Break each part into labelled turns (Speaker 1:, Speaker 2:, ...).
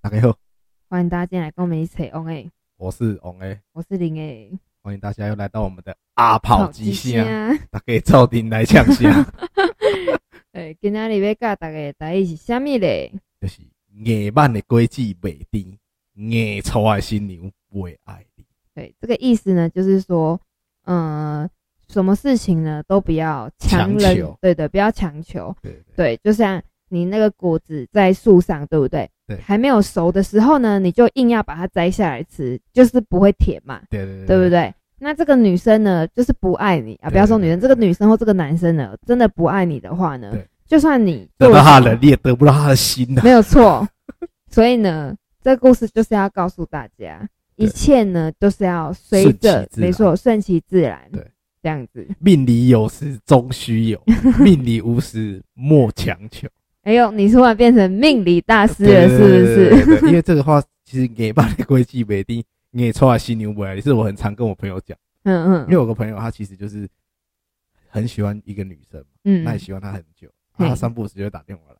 Speaker 1: 大家好，
Speaker 2: 欢迎大家进来跟我们一起 on A，
Speaker 1: 我是王 A，
Speaker 2: 我是林 A，
Speaker 1: 欢迎大家又来到我们的阿炮机箱，
Speaker 2: 啊！
Speaker 1: 大家照顶来呛下，
Speaker 2: 诶，今仔日要教大家台语是虾米咧？
Speaker 1: 就是硬板的果子袂甜，硬粗的新娘袂爱你。
Speaker 2: 对，这个意思呢，就是说，嗯，什么事情呢都不要强
Speaker 1: 强
Speaker 2: 人，
Speaker 1: 求
Speaker 2: 对对，不要强求。
Speaker 1: 对对
Speaker 2: 对，就像你那个果子在树上，对不对？
Speaker 1: 对
Speaker 2: 还没有熟的时候呢，你就硬要把它摘下来吃，就是不会甜嘛，
Speaker 1: 对对
Speaker 2: 对不？对？那这个女生呢，就是不爱你啊！不要说女生，
Speaker 1: 对
Speaker 2: 这个女生或这个男生呢，真的不爱你的话呢
Speaker 1: 对，
Speaker 2: 就算你
Speaker 1: 得
Speaker 2: 做
Speaker 1: 不到
Speaker 2: 了
Speaker 1: 他
Speaker 2: 什么
Speaker 1: 的，你也得不到他的心啊呐、
Speaker 2: 没有错。所以呢，这个故事就是要告诉大家，
Speaker 1: 对
Speaker 2: 一切呢都是要随
Speaker 1: 顺
Speaker 2: 着
Speaker 1: 其自然
Speaker 2: 没错，顺其自然，
Speaker 1: 对，
Speaker 2: 这样子。
Speaker 1: 命里有时终须 有，命里无时莫强求。
Speaker 2: 哎呦，你突然变成命理大师
Speaker 1: 对
Speaker 2: 了，是不是？？啊
Speaker 1: 对对对对对对因为这个话其实硬板的果子袂甜，硬粗的新娘袂爱你，是我很常跟我朋友讲。
Speaker 2: 嗯
Speaker 1: 因为我有个朋友，他其实就是很喜欢一个女生，
Speaker 2: 嗯
Speaker 1: 那也
Speaker 2: 嗯，
Speaker 1: 喜欢她很久，
Speaker 2: 嘿
Speaker 1: 啊他三不五时就会打电话来。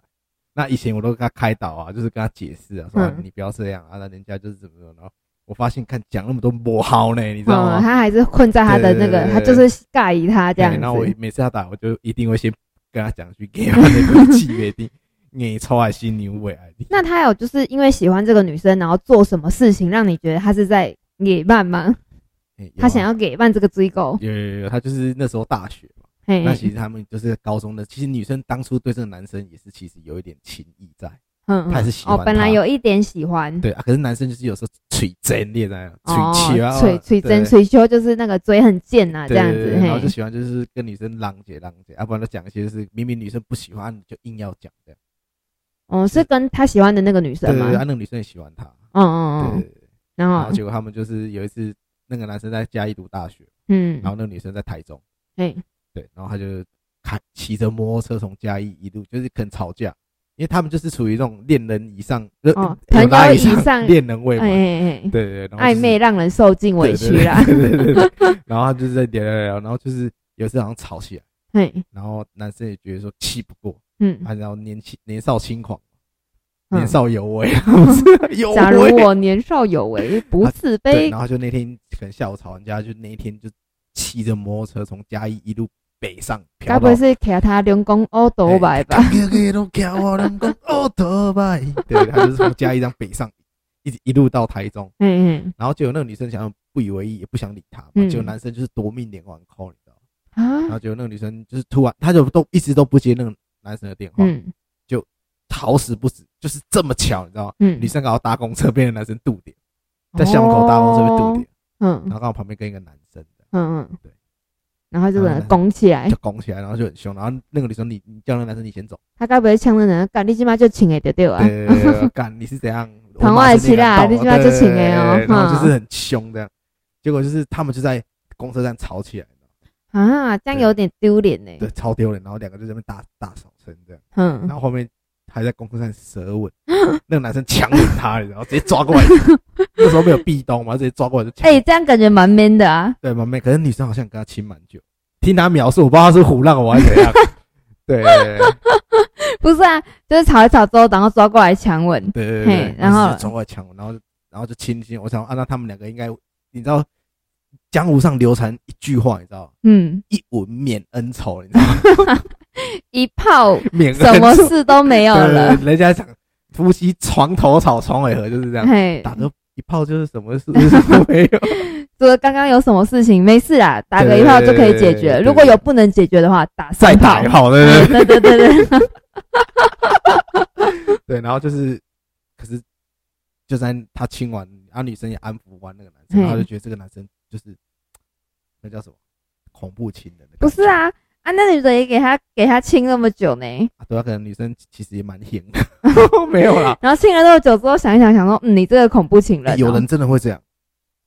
Speaker 1: 那以前我都跟他开导啊，就是跟他解释啊，说啊
Speaker 2: 嗯
Speaker 1: 你不要这样啊，那人家就是怎么怎么。然后我发现，看讲那么多不好呢，你知道
Speaker 2: 嗯，
Speaker 1: 吗？
Speaker 2: 他还是困在他的那
Speaker 1: 对
Speaker 2: 个
Speaker 1: 对对，对
Speaker 2: 他就是盖以他这样
Speaker 1: 对然后我
Speaker 2: 子。
Speaker 1: 每次他打，我就一定会先跟他讲一句， 给他那个气决定，你超爱心，你未啊爱你。
Speaker 2: 那他有就是因为喜欢这个女生，然后做什么事情让你觉得他是在野蛮吗？
Speaker 1: 嘿有啊
Speaker 2: 他想要给慢这个追狗，
Speaker 1: 有有有，他就是那时候大学嘛，
Speaker 2: 嘿，
Speaker 1: 那其实他们就是高中的，其实女生当初对这个男生也是其实有一点情谊在。
Speaker 2: 嗯，
Speaker 1: 他也是喜欢
Speaker 2: 哦，本来
Speaker 1: 他
Speaker 2: 有一点喜欢，
Speaker 1: 对啊，可是男生就是有时候嘴真恋爱，嘴
Speaker 2: 哦，
Speaker 1: 气啊，
Speaker 2: 吹吹
Speaker 1: 对
Speaker 2: 针吹秋就是那个嘴很贱啊呐，这
Speaker 1: 对
Speaker 2: 样
Speaker 1: 对
Speaker 2: 子
Speaker 1: 对然后就
Speaker 2: 嘿，
Speaker 1: 喜欢就是跟女生浪姐浪姐，要、不然就讲一些就是明明女生不喜欢，你就硬要讲这样。
Speaker 2: 哦，是跟他喜欢的那个女
Speaker 1: 对
Speaker 2: 生
Speaker 1: 对
Speaker 2: 吗
Speaker 1: 对，啊，？那个女生也喜欢他。对对
Speaker 2: 嗯嗯嗯，
Speaker 1: 对。
Speaker 2: 然
Speaker 1: 然后
Speaker 2: 后
Speaker 1: 结果他们就是有一次，那个男生在嘉义读大学，
Speaker 2: 嗯
Speaker 1: 然，后那个女生在台中，
Speaker 2: 嘿，
Speaker 1: 对，然后他就开骑着摩托车从嘉义一路就是可能吵架，因为他们就是处于那种恋人以上，呃
Speaker 2: 哦
Speaker 1: 友
Speaker 2: 朋
Speaker 1: 达
Speaker 2: 友
Speaker 1: 以
Speaker 2: 以上
Speaker 1: 恋人未
Speaker 2: 哎
Speaker 1: 满。
Speaker 2: 哎哎，
Speaker 1: 对对，对然后
Speaker 2: 暧
Speaker 1: 就是
Speaker 2: 昧让人受尽委屈啦，
Speaker 1: 对对对对对然后他就是在聊聊聊，然后就是有一次好像吵起来，
Speaker 2: 嘿，
Speaker 1: 然后男生也觉得说气不过，
Speaker 2: 嗯，
Speaker 1: 啊，然后年轻年少轻狂，
Speaker 2: 嗯
Speaker 1: 年少有 为，不是有
Speaker 2: 假如
Speaker 1: 为。
Speaker 2: 我哎年少有为，不自
Speaker 1: 对，
Speaker 2: 卑
Speaker 1: 然，后就那天可能下午吵完架，就那一天就骑着摩托车从嘉义一路北上
Speaker 2: 该
Speaker 1: 飘
Speaker 2: 不
Speaker 1: 到哎
Speaker 2: 会是给他两公欧斗 白吧？
Speaker 1: 哦 对，他就是从嘉义这样北上，一直一路到台中，
Speaker 2: 嘿嘿
Speaker 1: 然后结果那个女生想要不以为意，也不想理他嘛，
Speaker 2: 嗯
Speaker 1: 结果男生就是夺命连环 call，你知道吗？然
Speaker 2: 啊
Speaker 1: 后，结果那个女生就是突然，她就都一直都不接那个男生的电话，
Speaker 2: 嗯
Speaker 1: 好死不死，就是这么巧，你知道吗？
Speaker 2: 嗯
Speaker 1: 女，生刚好搭公车，被那个男生渡点，在巷口搭公车被渡
Speaker 2: 哦，
Speaker 1: 点，然
Speaker 2: 嗯
Speaker 1: 后刚好旁边跟一个男生
Speaker 2: 嗯嗯
Speaker 1: 对，
Speaker 2: 然后就把
Speaker 1: 然
Speaker 2: 他
Speaker 1: 后呢
Speaker 2: 拱起来
Speaker 1: 就，拱起来，然后就很凶，然后那个女生你你叫那个男生你先走，
Speaker 2: 他该不会呛的人，干你起码就请哎对对啊？
Speaker 1: 对对对，干你是怎样？
Speaker 2: 旁外的气啦你现在就请的哦
Speaker 1: 对然后
Speaker 2: 哈
Speaker 1: 就是很凶这样，结果就是他们就在公车站吵起来，你知道吗
Speaker 2: 啊，这样有点丢脸呢。
Speaker 1: 对，超丢脸，然后两个就在那边大大小声这样，然
Speaker 2: 嗯，
Speaker 1: 后后面还在公车站舌吻，那个男生强吻她，然后直接抓过来，那时候没有壁咚嘛，直接抓过来就强
Speaker 2: 哎、
Speaker 1: 吻。
Speaker 2: 这样感觉蛮 man 的啊。
Speaker 1: 对，蛮妹，可是女生好像跟他亲蛮久，听他描述，我不知道他是胡乱我还是怎样。对对
Speaker 2: 不是啊，就是吵一吵之后，然后抓过来强吻。
Speaker 1: 对对
Speaker 2: 嘿
Speaker 1: 对，
Speaker 2: 然后
Speaker 1: 抓过来抢我，然后就然后就亲亲，我想按照他们两个应该，你知道江湖上流传一句话，你知道
Speaker 2: 嗯，
Speaker 1: 一吻免恩仇，你知道吗
Speaker 2: 一泡
Speaker 1: 免恩仇
Speaker 2: 什么事都没有
Speaker 1: 对对
Speaker 2: 了。
Speaker 1: 对人家讲夫妻床头吵，床尾和，就是这样，
Speaker 2: 嘿，
Speaker 1: 打个一炮就是什么事都没有。
Speaker 2: 说刚刚有什么事情，没事啦，打个
Speaker 1: 对
Speaker 2: 一炮就可以解
Speaker 1: 对对
Speaker 2: 决。
Speaker 1: 对
Speaker 2: 如果有不能解决的话，打
Speaker 1: 再
Speaker 2: 三炮
Speaker 1: 打一。炮，对对对
Speaker 2: 哎对对对对，对
Speaker 1: 对，然后就是，可是就在他亲完，然后女生也安抚完那个男生，
Speaker 2: 嘿
Speaker 1: 然后就觉得这个男生就是那叫什么恐怖情人的感觉
Speaker 2: 不是，啊啊，那女的也给他给他亲那么久呢，
Speaker 1: 啊对啊，可能女生其实也蛮闲 的，没有啦、
Speaker 2: 然后亲了那么久之后，想一想，想说，嗯，你这个恐怖情人哦、
Speaker 1: 欸有人真的会这样，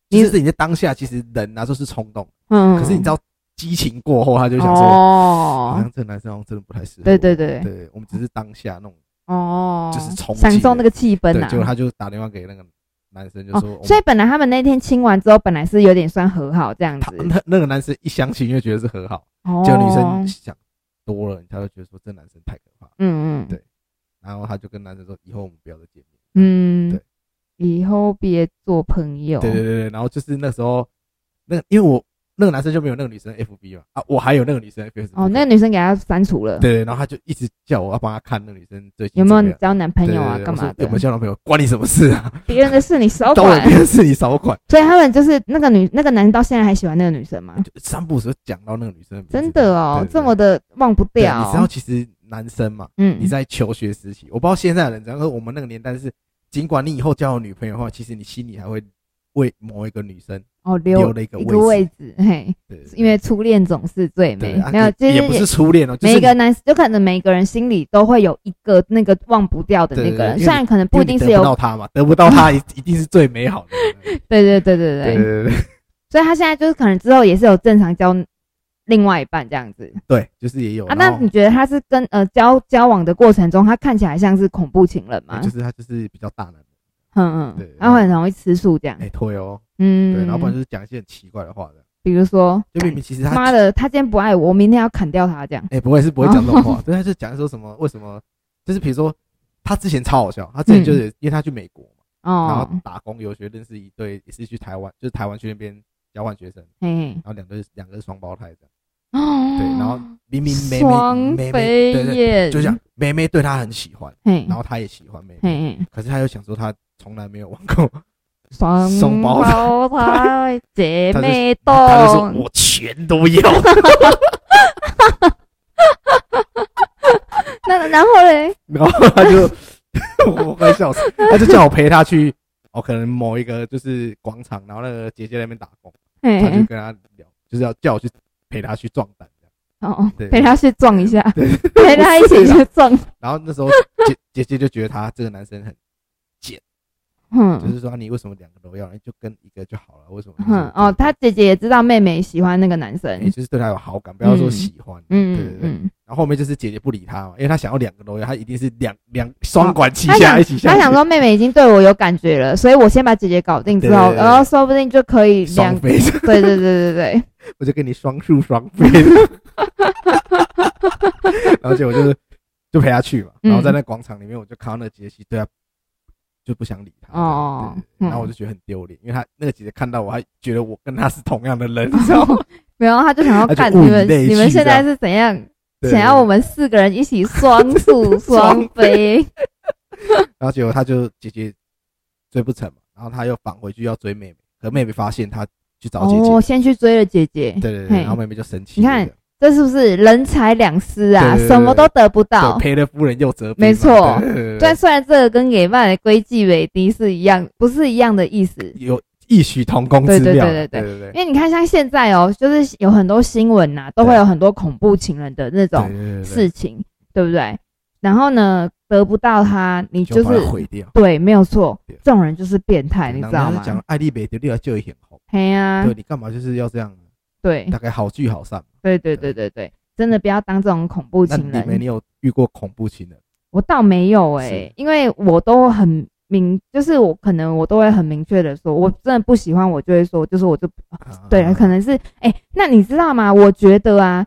Speaker 2: 你
Speaker 1: 就是你在当下其实人啊都是冲动，
Speaker 2: 嗯，
Speaker 1: 可是你知道激情过后，他就想说，好
Speaker 2: 哦
Speaker 1: 像这个男生好像真的不太适合我，
Speaker 2: 对对对
Speaker 1: 对，我们只是当下那种，
Speaker 2: 哦，
Speaker 1: 嗯就是冲击
Speaker 2: 享受那个气氛
Speaker 1: 对，
Speaker 2: 呐、
Speaker 1: 结果他就打电话给那个男生，就
Speaker 2: 啊哦
Speaker 1: 说我们，
Speaker 2: 所以本来他们那天亲完之后，本来是有点算和好这样
Speaker 1: 他
Speaker 2: 子。
Speaker 1: 那那个男生一相亲就觉得是和好。
Speaker 2: 哦
Speaker 1: 就女生想多了，她就觉得说这男生太可怕了，
Speaker 2: 嗯嗯，
Speaker 1: 对然后她就跟男生说以后我们不要再见面。
Speaker 2: 嗯
Speaker 1: 对，
Speaker 2: 以后别做朋友。
Speaker 1: 对对对对，然后就是那时候，那个因为我那个男生就没有那个女生 FB 嘛，啊，我还有那个女生 FB。
Speaker 2: 哦，那个女生给他删除了，
Speaker 1: 对，然后他就一直叫我要帮他看那个女生最近
Speaker 2: 有没
Speaker 1: 怎么
Speaker 2: 有
Speaker 1: 样
Speaker 2: 交男朋友
Speaker 1: 对
Speaker 2: 啊？
Speaker 1: 对对
Speaker 2: 干嘛
Speaker 1: 我说有没有
Speaker 2: 的？
Speaker 1: 交男朋友，关你什么事 啊？
Speaker 2: 别人的事你少
Speaker 1: 到我
Speaker 2: 管。啊
Speaker 1: 别的事你少管。
Speaker 2: 所以他们就是那个女那个男生到现在还喜欢那个女生吗？
Speaker 1: 就三不五时会讲到那个女生名字，
Speaker 2: 真的哦
Speaker 1: 对，对
Speaker 2: 这么的忘不
Speaker 1: 对
Speaker 2: 掉
Speaker 1: 你知
Speaker 2: 哦。
Speaker 1: 道，其实男生嘛，
Speaker 2: 嗯，
Speaker 1: 你在求学时期，我不知道现在的人怎样，可是我们那个年代是，尽管你以后交了女朋友的话，其实你心里还会为某一个女生
Speaker 2: 哦
Speaker 1: 留
Speaker 2: 留
Speaker 1: 了一个
Speaker 2: 一个位
Speaker 1: 置，
Speaker 2: 置，嘿，
Speaker 1: 对对对
Speaker 2: 因为初恋总是最
Speaker 1: 对
Speaker 2: 美
Speaker 1: 啊。
Speaker 2: 没有，就
Speaker 1: 也也不是初恋哦，就是
Speaker 2: 每一个男，就可能每一个人心里都会有一个那个忘不掉的那
Speaker 1: 对对对
Speaker 2: 个
Speaker 1: 因为
Speaker 2: 人，
Speaker 1: 你
Speaker 2: 虽然可能
Speaker 1: 因
Speaker 2: 不
Speaker 1: 为
Speaker 2: 一定
Speaker 1: 你
Speaker 2: 是
Speaker 1: 得不
Speaker 2: 有，
Speaker 1: 到他嘛，得不到他一一定是最美好的。
Speaker 2: 对对对 对
Speaker 1: 对
Speaker 2: 对，
Speaker 1: 对对对
Speaker 2: 所以他现在就是可能之后也是有正常交另外一半这样子
Speaker 1: 对，就是也有
Speaker 2: 啊。那
Speaker 1: 然后
Speaker 2: 你觉得他是跟呃交交往的过程中，他看起来像是恐怖情人吗
Speaker 1: 就？是他就是比较大男人，
Speaker 2: 嗯
Speaker 1: 对
Speaker 2: 嗯，他会很容易吃醋这样，
Speaker 1: 哎，推哦，
Speaker 2: 嗯，
Speaker 1: 对，然后不然就是讲一些很奇怪的话的，
Speaker 2: 比如说，
Speaker 1: 就明明其实他
Speaker 2: 妈的，他今天不爱我，我明天要砍掉他这样。
Speaker 1: 哎、不会是不会讲这种
Speaker 2: 哦
Speaker 1: 话，对，他就讲说什么为什么，就是比如说他之前超好笑，他之前
Speaker 2: 嗯
Speaker 1: 就是、因为他去美国嘛，然
Speaker 2: 哦
Speaker 1: 后，打工游学认识一对，也是去台湾，就是台湾去那边交换学生，
Speaker 2: 嘿，
Speaker 1: 然后两个两个是双胞胎这样，
Speaker 2: 哦，
Speaker 1: 对，然后 明明妹
Speaker 2: 双
Speaker 1: 妹妹妹
Speaker 2: 飞
Speaker 1: 对对，
Speaker 2: 燕，
Speaker 1: 就讲，妹妹对他很喜欢，
Speaker 2: 嘿，
Speaker 1: 然后他也喜欢妹妹，
Speaker 2: 嘿嘿，
Speaker 1: 可是他又想说他从来没有玩过，
Speaker 2: 双
Speaker 1: 胞
Speaker 2: 胞胎姐妹洞，
Speaker 1: 他就说我全都 要，
Speaker 2: 那然后嘞，
Speaker 1: 然后他就 我快笑死，他就叫我陪他去。哦，可能某一个就是广场，然后那个姐姐在那边打工，
Speaker 2: 嘿
Speaker 1: 他就
Speaker 2: 嘿
Speaker 1: 跟，他聊，就是要叫我去陪他去壮胆这样。
Speaker 2: 哦
Speaker 1: 对，
Speaker 2: 陪他去撞一下，
Speaker 1: 对
Speaker 2: 陪他一起去 撞，
Speaker 1: 然后那时候姐姐姐就觉得他这个男生很，就
Speaker 2: 嗯
Speaker 1: 是说你为什么两个都要，你就跟一个就好了，为什么？
Speaker 2: 哼，哦，他姐姐也知道妹妹喜欢那个男生
Speaker 1: 也，哎就是对他有好感，不要说喜欢。
Speaker 2: 嗯
Speaker 1: 对对
Speaker 2: 嗯
Speaker 1: 对。
Speaker 2: 嗯，
Speaker 1: 然后后面就是姐姐不理他嘛，因为他想要两个都要，他一定是两两双管齐
Speaker 2: 他
Speaker 1: 下
Speaker 2: 哦想
Speaker 1: 一起下去。
Speaker 2: 他想说妹妹已经对我有感觉了，所以我先把姐姐搞定之后，
Speaker 1: 对对对
Speaker 2: 然后说不定就可以两
Speaker 1: 双，飞，
Speaker 2: 对对对对对，
Speaker 1: 我就跟你双宿双飞。 然后结果就是就陪他去嘛，
Speaker 2: 嗯
Speaker 1: 然后在那广场里面，我就看到那个杰西对他就不想理他。
Speaker 2: 哦
Speaker 1: 对对对
Speaker 2: 嗯
Speaker 1: 然后我就觉得很丢脸，因为他那个姐姐看到我，还觉得我跟他是同样的 人，你知道吗？
Speaker 2: 没有，他就想要
Speaker 1: 他就
Speaker 2: 看
Speaker 1: 物以
Speaker 2: 你们
Speaker 1: 类
Speaker 2: 你们
Speaker 1: 聚
Speaker 2: 现在
Speaker 1: 这
Speaker 2: 是怎样，
Speaker 1: 对
Speaker 2: 想要我。们四个人一起双 宿双飞，
Speaker 1: 然后结果他就姐姐追不成嘛，然后他又返回去要追妹妹，可妹妹发现他去找姐
Speaker 2: 哦，
Speaker 1: 姐，
Speaker 2: 先去追了姐姐，
Speaker 1: 对对对，
Speaker 2: 嘿
Speaker 1: 然后妹妹就生气。
Speaker 2: 你看
Speaker 1: 对，
Speaker 2: 这是不是人财两失啊？
Speaker 1: 对对对
Speaker 2: 什么都得不到
Speaker 1: 对，。赔了夫人又折兵嘛。
Speaker 2: 没错
Speaker 1: 对对对
Speaker 2: 对，
Speaker 1: 对，
Speaker 2: 虽然这个跟野蛮的归忌为低是一样，不是一样的意思。
Speaker 1: 有异曲同工之
Speaker 2: 对对
Speaker 1: 妙。
Speaker 2: 对
Speaker 1: 对
Speaker 2: 对
Speaker 1: 对对
Speaker 2: 因为你看，像现在哦，就是有很多新闻呐、都会有很多恐怖情人的那种
Speaker 1: 对，
Speaker 2: 事情，对不对？然后呢，得不到他，你
Speaker 1: 就是把它毁掉。
Speaker 2: 对，没有错
Speaker 1: 对，
Speaker 2: 这种人就是变态，你知道
Speaker 1: 人家是
Speaker 2: 吗
Speaker 1: 讲？爱丽美的六就会很红，
Speaker 2: 嘿呀、
Speaker 1: 对你干嘛就是要这样？
Speaker 2: 对
Speaker 1: 大概好聚好散。
Speaker 2: 对对对对对，真的不要当这种恐怖
Speaker 1: 那
Speaker 2: 情
Speaker 1: 里面
Speaker 2: 人
Speaker 1: 你。有遇过恐怖情人？
Speaker 2: 我倒没有哎、
Speaker 1: 是
Speaker 2: 因为我都很明，就是我可能我都会很明确的说，我真的不喜欢，我就会说，就是我就
Speaker 1: 啊
Speaker 2: 对了，可能是哎、那你知道吗？我觉得啊，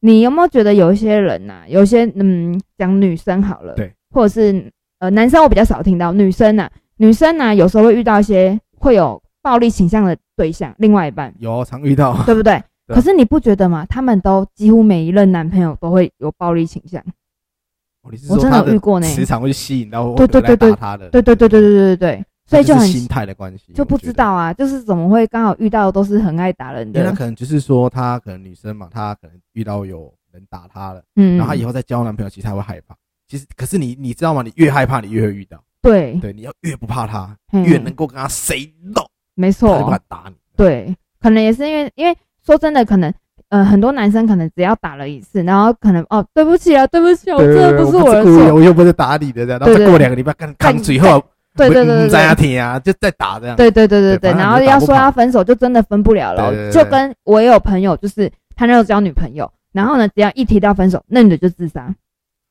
Speaker 2: 你有没有觉得有一些人呐、有些嗯，讲女生好了，
Speaker 1: 对，
Speaker 2: 或者是呃，男生我比较少听到，女生呐、女生呐、有时候会遇到一些会有暴力倾向的对象，另外一半，
Speaker 1: 有常遇到，
Speaker 2: 对不对？
Speaker 1: 对
Speaker 2: 可是你不觉得吗？他们都几乎每一任男朋友都会有暴力倾向，
Speaker 1: 哦你是
Speaker 2: 我
Speaker 1: 说
Speaker 2: 真
Speaker 1: 他
Speaker 2: 的有遇过呢。
Speaker 1: 磁场会去吸引到
Speaker 2: 对对
Speaker 1: 会来
Speaker 2: 对
Speaker 1: 打他的，
Speaker 2: 对对对对对对对对，所以
Speaker 1: 这
Speaker 2: 就很
Speaker 1: 是心态的关系，
Speaker 2: 就不
Speaker 1: 我觉
Speaker 2: 知
Speaker 1: 得
Speaker 2: 道。啊，就是怎么会刚好遇到的都是很爱打人
Speaker 1: 因为
Speaker 2: 的
Speaker 1: 他，可能就是说，他可能女生嘛，她可能遇到有人打她了，
Speaker 2: 嗯，
Speaker 1: 然后她以后再交男朋友，其实她会害怕。其实，可是你你知道吗？你越害怕，你越会遇到。
Speaker 2: 对，
Speaker 1: 对，你要越不怕他，
Speaker 2: 嘿
Speaker 1: 越能够跟他 say no，
Speaker 2: 没
Speaker 1: 他就不
Speaker 2: 错
Speaker 1: 敢，打你。
Speaker 2: 对，可能也是因为因为说真的，可能呃很多男生可能只要打了一次，然后可能哦对不起啊，对不起啊，我
Speaker 1: 对
Speaker 2: 真的
Speaker 1: 对
Speaker 2: 不是
Speaker 1: 对
Speaker 2: 我的
Speaker 1: 故意哦
Speaker 2: 错，
Speaker 1: 我又不是打你的这样，然后
Speaker 2: 对
Speaker 1: 再
Speaker 2: 对
Speaker 1: 过
Speaker 2: 对
Speaker 1: 两个礼拜干
Speaker 2: 干
Speaker 1: 扛嘴后，
Speaker 2: 对对对对
Speaker 1: 在那
Speaker 2: 对。
Speaker 1: 听啊，就再打这样。
Speaker 2: 对对对对
Speaker 1: 对
Speaker 2: 对，
Speaker 1: 反正
Speaker 2: 然后
Speaker 1: 你就打
Speaker 2: 要
Speaker 1: 不
Speaker 2: 说
Speaker 1: 跑
Speaker 2: 要分手，就真的分不了
Speaker 1: 对对
Speaker 2: 了。
Speaker 1: 对
Speaker 2: 就
Speaker 1: 对
Speaker 2: 跟我也有朋友，就是他那时候交女朋友，然后呢，只要一提到分手，那女的就自杀，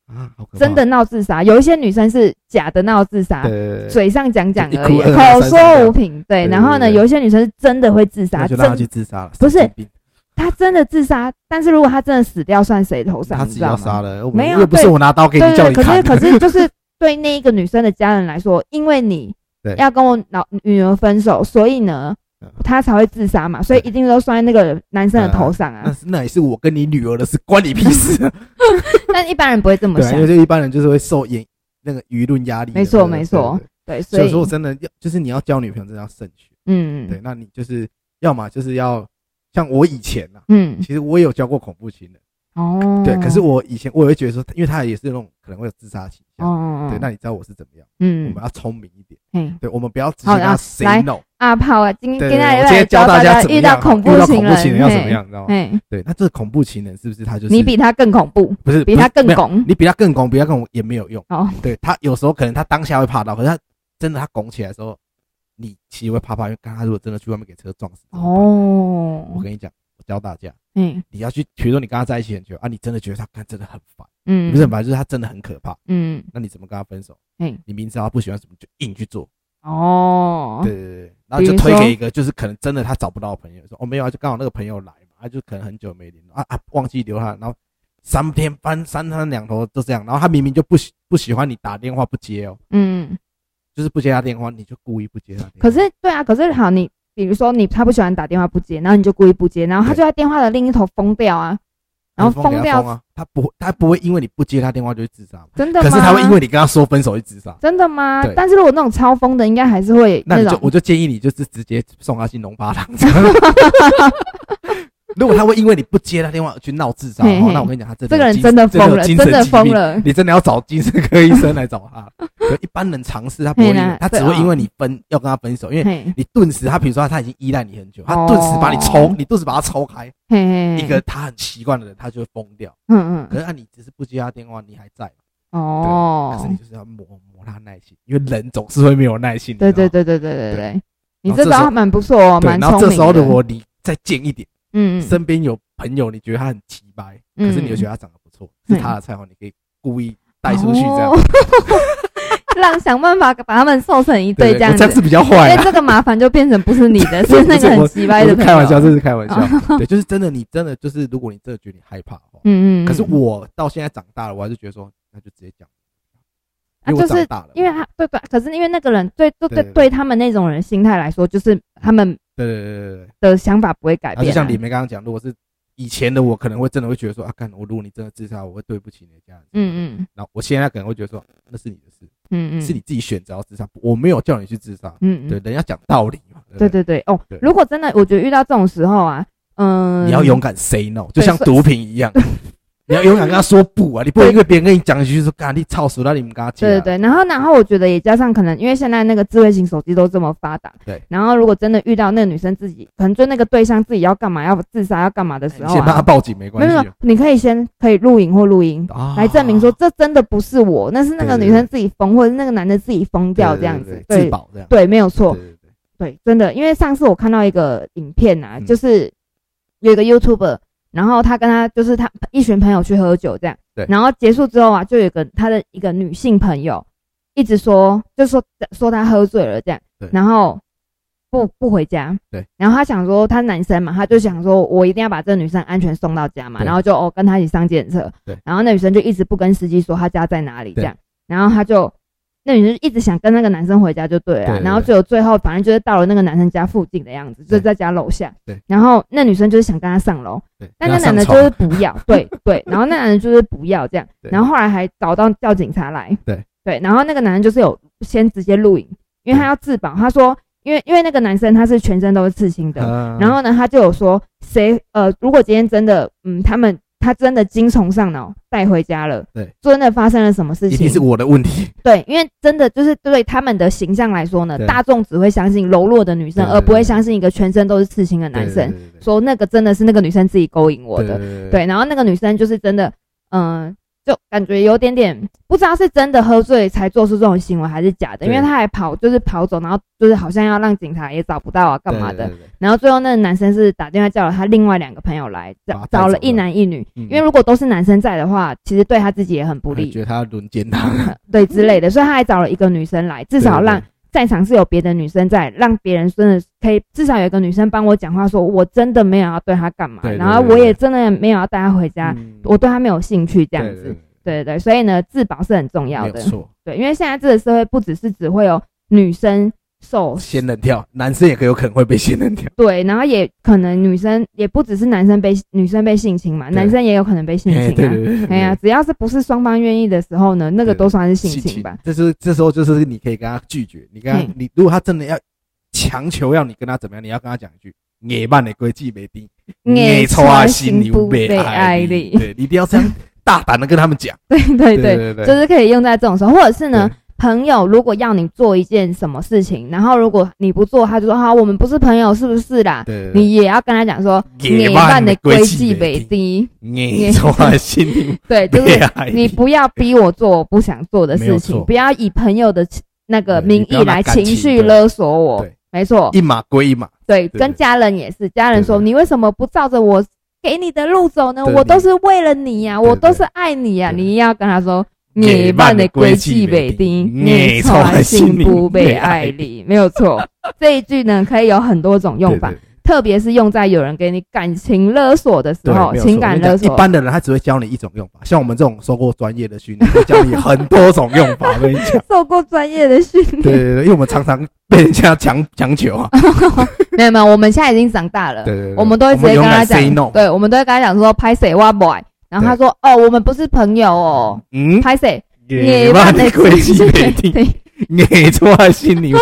Speaker 1: 啊，好可怕
Speaker 2: 真的闹自杀。有一些女生是假的闹自杀，
Speaker 1: 对，
Speaker 2: 嘴上讲讲而已，啊
Speaker 1: 就一哭二闹三
Speaker 2: 口
Speaker 1: 上
Speaker 2: 说
Speaker 1: 吊
Speaker 2: 无凭。对，
Speaker 1: 对
Speaker 2: 然后呢，
Speaker 1: 对对
Speaker 2: 有一些女生是真的会自杀，
Speaker 1: 那就
Speaker 2: 真
Speaker 1: 让他去自杀了。
Speaker 2: 不是
Speaker 1: 神经病，
Speaker 2: 她真的自杀。但是如果她真的死掉，算谁头上？
Speaker 1: 他
Speaker 2: 啊你
Speaker 1: 自
Speaker 2: 知
Speaker 1: 己
Speaker 2: 道
Speaker 1: 要
Speaker 2: 吗？
Speaker 1: 杀了，我
Speaker 2: 没有
Speaker 1: 又不是
Speaker 2: 对
Speaker 1: 我拿刀给
Speaker 2: 对
Speaker 1: 你
Speaker 2: 对
Speaker 1: 叫
Speaker 2: 对，
Speaker 1: 你
Speaker 2: 可
Speaker 1: 砍
Speaker 2: 是
Speaker 1: 的。
Speaker 2: 可是就是对那一个女生的家人来说，因为你
Speaker 1: 对
Speaker 2: 要跟我老女儿分手，所以呢
Speaker 1: 嗯，
Speaker 2: 他才会自杀嘛，所以一定都算在那个男生的头上
Speaker 1: 那
Speaker 2: 啊。
Speaker 1: 是那也是我跟你女儿的事，关你屁 事啊！
Speaker 2: 但一般人不会这么
Speaker 1: 对啊，
Speaker 2: 想
Speaker 1: 因为，这一般人就是会受言那个舆论压力的。
Speaker 2: 没错
Speaker 1: 对
Speaker 2: 没错。
Speaker 1: 对对
Speaker 2: 对，
Speaker 1: 所
Speaker 2: 所
Speaker 1: 以说，
Speaker 2: 以
Speaker 1: 真的要就是你要交女朋友，真的要慎选。对，
Speaker 2: 嗯
Speaker 1: 那你就是要么就是要像我以前啊，
Speaker 2: 嗯
Speaker 1: 其实我也有交过恐怖情人，
Speaker 2: 哦，
Speaker 1: 对，可是我以前我也会觉得说，因为他也是那种可能会有自杀倾向，
Speaker 2: 哦，
Speaker 1: 对，那你知道我是怎么样？我
Speaker 2: 嗯
Speaker 1: 们要聪明一点，
Speaker 2: 嘿
Speaker 1: 对，我们不要直接
Speaker 2: 好
Speaker 1: 跟他
Speaker 2: 啊
Speaker 1: say
Speaker 2: 来
Speaker 1: no，
Speaker 2: 啊炮啊，今
Speaker 1: 对，对对
Speaker 2: 今天
Speaker 1: 我
Speaker 2: 来
Speaker 1: 直接教大
Speaker 2: 大
Speaker 1: 家怎么
Speaker 2: 遇
Speaker 1: 样
Speaker 2: 到
Speaker 1: 啊，
Speaker 2: 恐
Speaker 1: 遇到恐
Speaker 2: 情
Speaker 1: 怖情人要怎
Speaker 2: 嘿
Speaker 1: 么样，你知道吗？
Speaker 2: 嘿，
Speaker 1: 对，那这个恐怖情人是不是他就是
Speaker 2: 你比他更恐怖，
Speaker 1: 不是
Speaker 2: 比他
Speaker 1: 不是
Speaker 2: 更
Speaker 1: 没有
Speaker 2: 拱
Speaker 1: 你比他更拱，比他更拱也没有用。
Speaker 2: 哦，
Speaker 1: 对他有时候可能他当下会怕到，可是他真的他拱起来的时候，你其实会怕怕，因为刚刚他如果真的去外面给车撞死，怎么办，
Speaker 2: 哦
Speaker 1: 我，跟你讲，我教大家，
Speaker 2: 嗯
Speaker 1: 你要去，比如说你跟他在一起很久啊，你真的觉得他干真的很烦，
Speaker 2: 嗯，
Speaker 1: 不是很烦，就是他真的很可怕，
Speaker 2: 嗯
Speaker 1: 那你怎么跟他分手？
Speaker 2: 嗯
Speaker 1: 你明知道他不喜欢什么，就硬去做，
Speaker 2: 哦，
Speaker 1: 对对对对，然后就
Speaker 2: 比如
Speaker 1: 推
Speaker 2: 说
Speaker 1: 给一个就是可能真的他找不到的朋友，说哦没有啊，就刚好那个朋友来嘛，他就可能很久没联络啊啊，忘记留他，然后三天翻三天两头都这样，然后他明明就不喜不喜欢你打电话不接哦，
Speaker 2: 嗯，
Speaker 1: 就是不接他电话，你就故意不接他电话。哎
Speaker 2: 可是对啊，可是好，你比如说你他不喜欢打电话不接，然后你就故意不接，然后他
Speaker 1: 对
Speaker 2: 就在电话的另一头疯掉啊，然后
Speaker 1: 你疯给他
Speaker 2: 掉，
Speaker 1: 疯啊，他不会他不会因为你不接他电话就去自杀，
Speaker 2: 真的
Speaker 1: 可
Speaker 2: 吗？
Speaker 1: 是他会因为你跟他说分手去自杀。
Speaker 2: 真的吗
Speaker 1: 对？
Speaker 2: 但是如果那种超疯的，应该还是会
Speaker 1: 那你就
Speaker 2: 种
Speaker 1: 我就建议你就是直接送他去龙巴郎。 如果他会因为你不接他电话而去闹自杀的
Speaker 2: 嘿
Speaker 1: 话，
Speaker 2: 嘿
Speaker 1: 那我跟你讲，他真的
Speaker 2: 这个人
Speaker 1: 有精
Speaker 2: 真的疯
Speaker 1: 有
Speaker 2: 了，
Speaker 1: 精
Speaker 2: 真
Speaker 1: 神
Speaker 2: 的
Speaker 1: 疾
Speaker 2: 疯
Speaker 1: 病
Speaker 2: 了，
Speaker 1: 你真的要找精神科医生来找他。可一般人尝试他不会因为
Speaker 2: 嘿啦，
Speaker 1: 他
Speaker 2: 对
Speaker 1: 只会
Speaker 2: 哦
Speaker 1: 因为你分要跟他分手，因为
Speaker 2: 嘿
Speaker 1: 你顿时他比如说他已经依赖你很久，他顿时把你抽
Speaker 2: 哦，
Speaker 1: 你顿时把他抽开，
Speaker 2: 嘿嘿，
Speaker 1: 一个他很习惯的人，他就会疯掉。
Speaker 2: 嗯
Speaker 1: 可
Speaker 2: 嗯
Speaker 1: 是啊，你只是不接他电话，你还在，可是
Speaker 2: 哦
Speaker 1: 你，就是要磨磨他耐心，因为人总是会没有耐心。你知道
Speaker 2: 对
Speaker 1: 吗
Speaker 2: 对对对对对对，你
Speaker 1: 然后
Speaker 2: 这
Speaker 1: 这时
Speaker 2: 招
Speaker 1: 候
Speaker 2: 蛮不错哦，
Speaker 1: 对，
Speaker 2: 蛮
Speaker 1: 然后这
Speaker 2: 聪明
Speaker 1: 时候
Speaker 2: 的
Speaker 1: 如果你再贱一点，
Speaker 2: 嗯嗯
Speaker 1: 身边有朋友你觉得他很奇掰，
Speaker 2: 嗯
Speaker 1: 可是你又觉得他长得不错，
Speaker 2: 嗯
Speaker 1: 是他的菜花，你可以故意带出去这样
Speaker 2: 哦，让想办法把他们瘦成一对
Speaker 1: 对
Speaker 2: 这样
Speaker 1: 这
Speaker 2: 子
Speaker 1: 样。是比较
Speaker 2: 因
Speaker 1: 坏
Speaker 2: 为
Speaker 1: 啊。
Speaker 2: 这个麻烦就变成不是你 的，是那个很奇
Speaker 1: 我
Speaker 2: 怪的
Speaker 1: 是
Speaker 2: 朋友。
Speaker 1: 开玩笑，这是开玩笑。 对，就是真的，你真的就是，如果你真的觉得你害怕的话，
Speaker 2: 嗯嗯。嗯
Speaker 1: 可是我到现在长大了，我还是觉得说，那就直接讲，
Speaker 2: 啊
Speaker 1: 因为我
Speaker 2: 就
Speaker 1: 长
Speaker 2: 是
Speaker 1: 大了，
Speaker 2: 因为他对对，可是因为那个人对对
Speaker 1: 对
Speaker 2: 对
Speaker 1: 对
Speaker 2: 对他们那种人心态来说，就是他们
Speaker 1: 对对对对对。
Speaker 2: 的想法不会改
Speaker 1: 然后就
Speaker 2: 变啊、
Speaker 1: 像李梅刚刚讲，如果是以前的我，可能会真的会觉得说啊，干我，如果你真的自杀，我会对不起你的家人。嗯嗯。
Speaker 2: 嗯嗯
Speaker 1: 然后我现在可能会觉得说，那是你的事，
Speaker 2: 嗯嗯，
Speaker 1: 是你自己选择要自杀，我没有叫你去自杀。
Speaker 2: 嗯嗯
Speaker 1: 对，人要讲道理嘛。
Speaker 2: 对
Speaker 1: 不
Speaker 2: 对对哦
Speaker 1: 对。
Speaker 2: 如果真的，我觉得遇到这种时候啊，嗯，
Speaker 1: 你要勇敢 say no，就
Speaker 2: 对
Speaker 1: 像
Speaker 2: 所以
Speaker 1: 毒品一 样，你要勇敢跟他说不啊！你不能
Speaker 2: 对
Speaker 1: 因为别人跟你讲一句说“干你操死了”，那你们跟他讲。
Speaker 2: 对对对，然后然后我觉得也加上可能，因为现在那个智慧型手机都这么发达，
Speaker 1: 对。
Speaker 2: 然后如果真的遇到那个女生自己，可能就那个对象自己要干嘛，要自杀要干嘛的时
Speaker 1: 你
Speaker 2: 候
Speaker 1: 先帮他
Speaker 2: 啊，
Speaker 1: 报警没
Speaker 2: 没
Speaker 1: 关
Speaker 2: 有
Speaker 1: 系
Speaker 2: 没有，你可以先可以录影或录音，
Speaker 1: 啊，
Speaker 2: 来证明说这真的不是我，那是那个
Speaker 1: 对对
Speaker 2: 女生自己疯，或者是那个男的自己疯掉
Speaker 1: 对对
Speaker 2: 这
Speaker 1: 对
Speaker 2: 样子
Speaker 1: 对。自
Speaker 2: 对
Speaker 1: 保这样。
Speaker 2: 对，没有
Speaker 1: 对
Speaker 2: 错，
Speaker 1: 对对
Speaker 2: 对，真的，因为上次我看到一个影片啊，
Speaker 1: 嗯
Speaker 2: 就是有一个 YouTuber，然后他跟他就是他一群朋友去喝酒这样，
Speaker 1: 对
Speaker 2: 然后结束之后啊，就有一个他的一个女性朋友一直说，就说说他喝醉了这样
Speaker 1: 对，
Speaker 2: 然后。不不回家，
Speaker 1: 对，
Speaker 2: 然后他想说他男生嘛，他就想说我一定要把这个女生安全送到家嘛，
Speaker 1: 对
Speaker 2: 然后就哦跟他一起上计程车，
Speaker 1: 对，
Speaker 2: 然后那女生就一直不跟司机说他家在哪里这
Speaker 1: 对
Speaker 2: 样，然后他就那女生就一直想跟那个男生回家就对了啊、
Speaker 1: 对对
Speaker 2: 然后
Speaker 1: 对
Speaker 2: 只有最后反正就是到了那个男生家附近的样子，就
Speaker 1: 对
Speaker 2: 在家楼下，
Speaker 1: 对，
Speaker 2: 然后那女生就是想跟他上楼，
Speaker 1: 对。
Speaker 2: 但
Speaker 1: 跟
Speaker 2: 那
Speaker 1: 他
Speaker 2: 男的
Speaker 1: 上
Speaker 2: 就
Speaker 1: 床
Speaker 2: 是不要，对对，然后那男的就是不要这样，
Speaker 1: 对
Speaker 2: 然后后来还搞到叫警察来，
Speaker 1: 对
Speaker 2: 对，然后那个男人就是有先直接录影，因为他
Speaker 1: 对
Speaker 2: 要自保，他说因为因为那个男生他是全身都是刺青的，
Speaker 1: 嗯
Speaker 2: 然后呢他就有说谁呃如果今天真的嗯他们他真的精虫上脑带回家了，
Speaker 1: 对，
Speaker 2: 真的发生了什么事
Speaker 1: 一
Speaker 2: 情
Speaker 1: 定是，我的问题，
Speaker 2: 对，因为真的就是对他们的形象来说呢，
Speaker 1: 对
Speaker 2: 大众只会相信柔弱的女生，
Speaker 1: 对对
Speaker 2: 而不会
Speaker 1: 对
Speaker 2: 相信一个全身都是刺青的男生。
Speaker 1: 对对对对
Speaker 2: 说那个真的是那个女生自己勾引我
Speaker 1: 对
Speaker 2: 的，
Speaker 1: 对对
Speaker 2: 对。然后那个女生就是真的，嗯、就感觉有点点不知道是真的喝醉才做出这种行为，还是假的，因为
Speaker 1: 对
Speaker 2: 她还跑，就是跑走，然后就是好像要让警察也找不到啊，干嘛的。？
Speaker 1: 对对对对
Speaker 2: 然后最后那个男生是打电话叫了他另外两个朋友来，
Speaker 1: 把
Speaker 2: 找
Speaker 1: 他带
Speaker 2: 找了
Speaker 1: 走
Speaker 2: 一
Speaker 1: 了
Speaker 2: 男一女，
Speaker 1: 嗯
Speaker 2: 因为如果都是男生在的话，其实对他自己也很不
Speaker 1: 还
Speaker 2: 利
Speaker 1: 觉。得他轮奸他，
Speaker 2: 对之类的，所以他还找了一个女生来，至少让
Speaker 1: 对
Speaker 2: 在场是有别的女生在，让别人真的可以至少有一个女生帮我讲话说我真的没有要对他干嘛，
Speaker 1: 对对
Speaker 2: 然后
Speaker 1: 对
Speaker 2: 我
Speaker 1: 对
Speaker 2: 也真的没有要带他回家，
Speaker 1: 嗯
Speaker 2: 我对他没有兴趣这样
Speaker 1: 对
Speaker 2: 子
Speaker 1: 对。对
Speaker 2: 对对对，所以呢，自保是很重
Speaker 1: 没
Speaker 2: 要
Speaker 1: 有
Speaker 2: 的。
Speaker 1: 错，
Speaker 2: 对，因为现在这个社会不只是只会有女生受
Speaker 1: 仙人跳，男生也可有可能会被仙人跳。
Speaker 2: 对，然后也可能女生也不只是男生被女生被性侵嘛，
Speaker 1: 对
Speaker 2: 男生也有可能被 性侵
Speaker 1: 哎
Speaker 2: 啊。
Speaker 1: 对对对，
Speaker 2: 哎呀，
Speaker 1: 对
Speaker 2: 只要是不是双方愿意的时候呢，那个
Speaker 1: 对
Speaker 2: 都算是
Speaker 1: 性
Speaker 2: 性
Speaker 1: 侵
Speaker 2: 侵吧。
Speaker 1: 这是这时候就是你可以跟他拒绝，你跟他
Speaker 2: 嗯
Speaker 1: 你如果他真的要强求要你跟他怎么样，你要跟他讲一句。野蛮的规矩没定，
Speaker 2: 眼
Speaker 1: 错啊，
Speaker 2: 穿
Speaker 1: 心
Speaker 2: 心不
Speaker 1: 留被
Speaker 2: 被
Speaker 1: 爱
Speaker 2: 爱
Speaker 1: 你，
Speaker 2: 力，
Speaker 1: 对你一定要这样大胆的跟他们讲。
Speaker 2: 对
Speaker 1: 对
Speaker 2: 对对，
Speaker 1: 对对，
Speaker 2: 就是可以用在这种时候，或者是呢
Speaker 1: 对，
Speaker 2: 朋友如果要你做一件什么事情，然后如果你不做，他就说好，我们不是朋友，是不是啦？
Speaker 1: 对对对
Speaker 2: 你也要跟他讲说，
Speaker 1: 野蛮
Speaker 2: 蛮
Speaker 1: 的
Speaker 2: 的
Speaker 1: 规
Speaker 2: 规
Speaker 1: 矩
Speaker 2: 矩
Speaker 1: 没
Speaker 2: 为
Speaker 1: 定，
Speaker 2: 低，
Speaker 1: 你错啊，心留
Speaker 2: 对，就
Speaker 1: 被
Speaker 2: 是
Speaker 1: 爱
Speaker 2: 你
Speaker 1: 你。
Speaker 2: 不要逼我做我不想做的
Speaker 1: 没有
Speaker 2: 事
Speaker 1: 错
Speaker 2: 情，不要以朋友的情那个
Speaker 1: 对
Speaker 2: 名
Speaker 1: 你不
Speaker 2: 义
Speaker 1: 要拿
Speaker 2: 来
Speaker 1: 感
Speaker 2: 情
Speaker 1: 情
Speaker 2: 绪
Speaker 1: 对
Speaker 2: 勒索我
Speaker 1: 对。
Speaker 2: 没错，
Speaker 1: 一码归一码，
Speaker 2: 对，
Speaker 1: 对
Speaker 2: 跟家人也是，家人说
Speaker 1: 对对
Speaker 2: 你为什么不照着我给你的路走呢？
Speaker 1: 对
Speaker 2: 我都是为了你呀，
Speaker 1: 对
Speaker 2: 我都是爱你呀，
Speaker 1: 对
Speaker 2: 你一定要跟他说。
Speaker 1: 野
Speaker 2: 你
Speaker 1: 蛮
Speaker 2: 犯
Speaker 1: 的
Speaker 2: 的
Speaker 1: 规
Speaker 2: 规
Speaker 1: 矩
Speaker 2: 矩
Speaker 1: 被
Speaker 2: 被
Speaker 1: 定
Speaker 2: 定，
Speaker 1: 你
Speaker 2: 你
Speaker 1: 从来
Speaker 2: 从
Speaker 1: 心
Speaker 2: 啊心
Speaker 1: 不
Speaker 2: 不
Speaker 1: 被
Speaker 2: 被
Speaker 1: 爱
Speaker 2: 爱里，没有 错。这一句呢，可以有很多种用法
Speaker 1: 对，对
Speaker 2: 特别是用在有人给你感情勒索的时
Speaker 1: 对，
Speaker 2: 候，哦
Speaker 1: 没有错
Speaker 2: 情感
Speaker 1: 我跟
Speaker 2: 勒
Speaker 1: 你讲
Speaker 2: 索
Speaker 1: 一。般的人他只会教你一种用法，像我们这种受过专业的训练，会教你很多种用法。我跟你 讲，
Speaker 2: 受过专业的训
Speaker 1: 对对
Speaker 2: 练，
Speaker 1: 对，因为我们常常被人家强强求啊。
Speaker 2: 没有没有，我们现在已经长大了
Speaker 1: 对，对对，
Speaker 2: 我们都会直接跟
Speaker 1: 勇
Speaker 2: 他
Speaker 1: 敢 say
Speaker 2: 讲
Speaker 1: no，。
Speaker 2: 对，我们都会跟他讲说拍谁哇 boy，然后他说哦，我们不是朋友哦，
Speaker 1: 嗯，
Speaker 2: 拍谁
Speaker 1: 野蛮的规 矩被定，
Speaker 2: 对，
Speaker 1: 你错在心里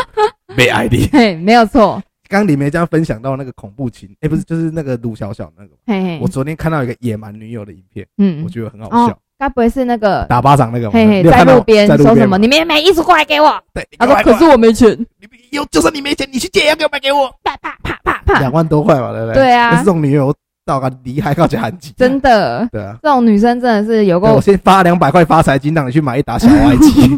Speaker 1: 被爱的。
Speaker 2: 嘿，没有错，
Speaker 1: 刚刚你们这样分享到那个恐怖情，哎，不是，就是那个卢小小那个嘛。
Speaker 2: 嘿
Speaker 1: 我
Speaker 2: 嘿，
Speaker 1: 昨天看到一个野蛮女友的影片，我
Speaker 2: 嗯，
Speaker 1: 觉得很好
Speaker 2: 哦
Speaker 1: 笑，
Speaker 2: 该不会是那个
Speaker 1: 打巴掌那个嘛。
Speaker 2: 嘿嘿
Speaker 1: 你有
Speaker 2: 在
Speaker 1: 看到
Speaker 2: 路边
Speaker 1: 在路
Speaker 2: 说什
Speaker 1: 吗
Speaker 2: 么？你们也买衣服过来给我，
Speaker 1: 对，
Speaker 2: 他说
Speaker 1: 过来
Speaker 2: 可是我没钱，
Speaker 1: 你有，就算你没钱，你去借也要给我买给我，
Speaker 2: 啪啪啪啪啪
Speaker 1: 两，万多块嘛，对不对？
Speaker 2: 对
Speaker 1: 那
Speaker 2: 啊
Speaker 1: 这，种女友到个厉害，到家很急，
Speaker 2: 真的，
Speaker 1: 对啊。
Speaker 2: 这种女生真的是有
Speaker 1: 对我
Speaker 2: 够
Speaker 1: 先发两百块发财金，让你去买一打小歪机。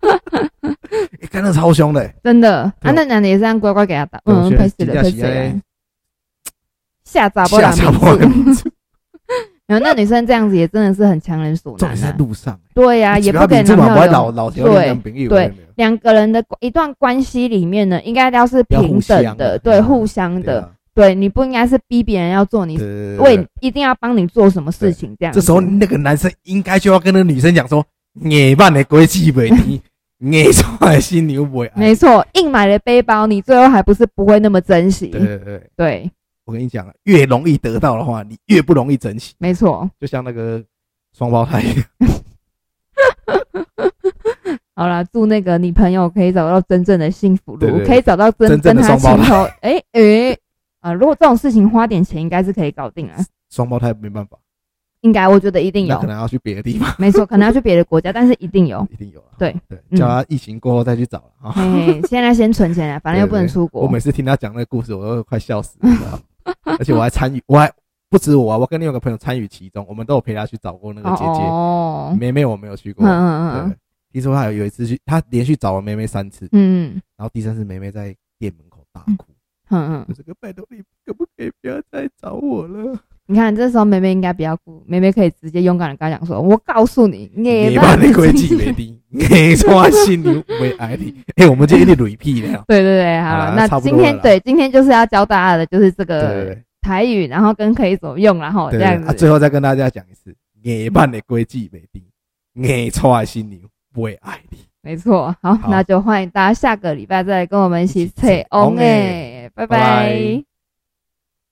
Speaker 1: 欸看那超凶的欸，
Speaker 2: 真的
Speaker 1: 对
Speaker 2: 啊，那男的也是这样乖乖给他打，
Speaker 1: 对我
Speaker 2: 嗯，
Speaker 1: 觉得
Speaker 2: 赔死
Speaker 1: 真
Speaker 2: 了，
Speaker 1: 的
Speaker 2: 赔
Speaker 1: 是
Speaker 2: 死
Speaker 1: 哎
Speaker 2: 了，吓砸不
Speaker 1: 吓
Speaker 2: 了
Speaker 1: 傻
Speaker 2: 民
Speaker 1: 不了
Speaker 2: 族。 然后那女生这样子也真的是很强人所
Speaker 1: 重点
Speaker 2: 难
Speaker 1: 是在
Speaker 2: 啊。
Speaker 1: 路上，
Speaker 2: 对呀、
Speaker 1: 你
Speaker 2: 也
Speaker 1: 只
Speaker 2: 不
Speaker 1: 要
Speaker 2: 给
Speaker 1: 你这晚
Speaker 2: 男
Speaker 1: 不
Speaker 2: 朋
Speaker 1: 会
Speaker 2: 友
Speaker 1: 老
Speaker 2: 有
Speaker 1: 老条人朋友，啊
Speaker 2: 对
Speaker 1: 有没有，
Speaker 2: 两个人的一段关系里面呢，应该要是平
Speaker 1: 要
Speaker 2: 等
Speaker 1: 互相的
Speaker 2: 的，对，互相
Speaker 1: 对
Speaker 2: 的，
Speaker 1: 啊
Speaker 2: 对，你不应该是逼别人要做
Speaker 1: 对
Speaker 2: 你，
Speaker 1: 对对对
Speaker 2: 为一定要帮你做什么事情这样
Speaker 1: 这
Speaker 2: 子。
Speaker 1: 时候那个男生应该就要跟那个女生讲说：“你办的规矩不低，你出来心牛不会爱。
Speaker 2: 没错，硬买的背包，你最后还不是不会那么珍”惜
Speaker 1: 对？对对，
Speaker 2: 对，
Speaker 1: 我跟你讲，啊越容易得到的话，你越不容易珍惜。
Speaker 2: 没错。
Speaker 1: 就像那个双胞胎，
Speaker 2: 好啦，祝那个你朋友可以找到真正的幸福
Speaker 1: 对对
Speaker 2: 路，
Speaker 1: 对
Speaker 2: 可以找到真
Speaker 1: 真正
Speaker 2: 跟
Speaker 1: 的
Speaker 2: 他
Speaker 1: 双胞
Speaker 2: 情
Speaker 1: 胎
Speaker 2: 投。哎哎啊！如果这种事情花点钱，应该是可以搞定啊。
Speaker 1: 双胞胎没办法，
Speaker 2: 应该，我觉得一定
Speaker 1: 那
Speaker 2: 有
Speaker 1: 可，能要去别的地方，
Speaker 2: 没错，可能要去别的国家，但是一 定有。
Speaker 1: 一定有啊。
Speaker 2: 对
Speaker 1: 对，
Speaker 2: 嗯
Speaker 1: 叫他疫情过后再去找了啊。
Speaker 2: 嘿嘿，现在先存钱啊，反正又
Speaker 1: 对对
Speaker 2: 不能出国。
Speaker 1: 我每次听他讲那个故事，我都快笑死了你知 道吗，而且我还参与，我还不止我啊，我跟另外一个朋友参与其中，我们都有陪他去找过那个姐姐
Speaker 2: 哦，
Speaker 1: 妹妹，我没有去过
Speaker 2: 嗯。嗯
Speaker 1: 对，听说他有一次去，他连续找了妹妹三次，
Speaker 2: 嗯
Speaker 1: 然后第三次妹妹在店门口大哭，
Speaker 2: 嗯嗯
Speaker 1: 就，是个拜托你可不可以不要再找我了？
Speaker 2: 你看这时候梅梅应该不要哭，梅梅可以直接勇敢的跟他讲说：“我告诉你，
Speaker 1: 你
Speaker 2: 你
Speaker 1: 把那规矩没定，你说心里为爱你。哎，我们今天的 repeat 了。
Speaker 2: 对对对，好
Speaker 1: 好啦
Speaker 2: 了，
Speaker 1: 差不多
Speaker 2: 那今天
Speaker 1: 了啦
Speaker 2: 对今天就是要教大家的就是这
Speaker 1: 对
Speaker 2: 个
Speaker 1: 对
Speaker 2: 台语，然后跟可以怎么用，然后
Speaker 1: 对
Speaker 2: 哦这
Speaker 1: 对，
Speaker 2: 样
Speaker 1: 啊，
Speaker 2: 子。
Speaker 1: 最后再跟大家讲一次，你把的规矩没定，你错心里为爱你。
Speaker 2: 没错，好
Speaker 1: 好，
Speaker 2: 那就欢迎大家下个礼拜再来跟我们一
Speaker 1: 一
Speaker 2: 起
Speaker 1: 起吹
Speaker 2: 吹翁
Speaker 1: 翁诶
Speaker 2: 诶，拜
Speaker 1: 拜
Speaker 2: 拜
Speaker 1: 拜。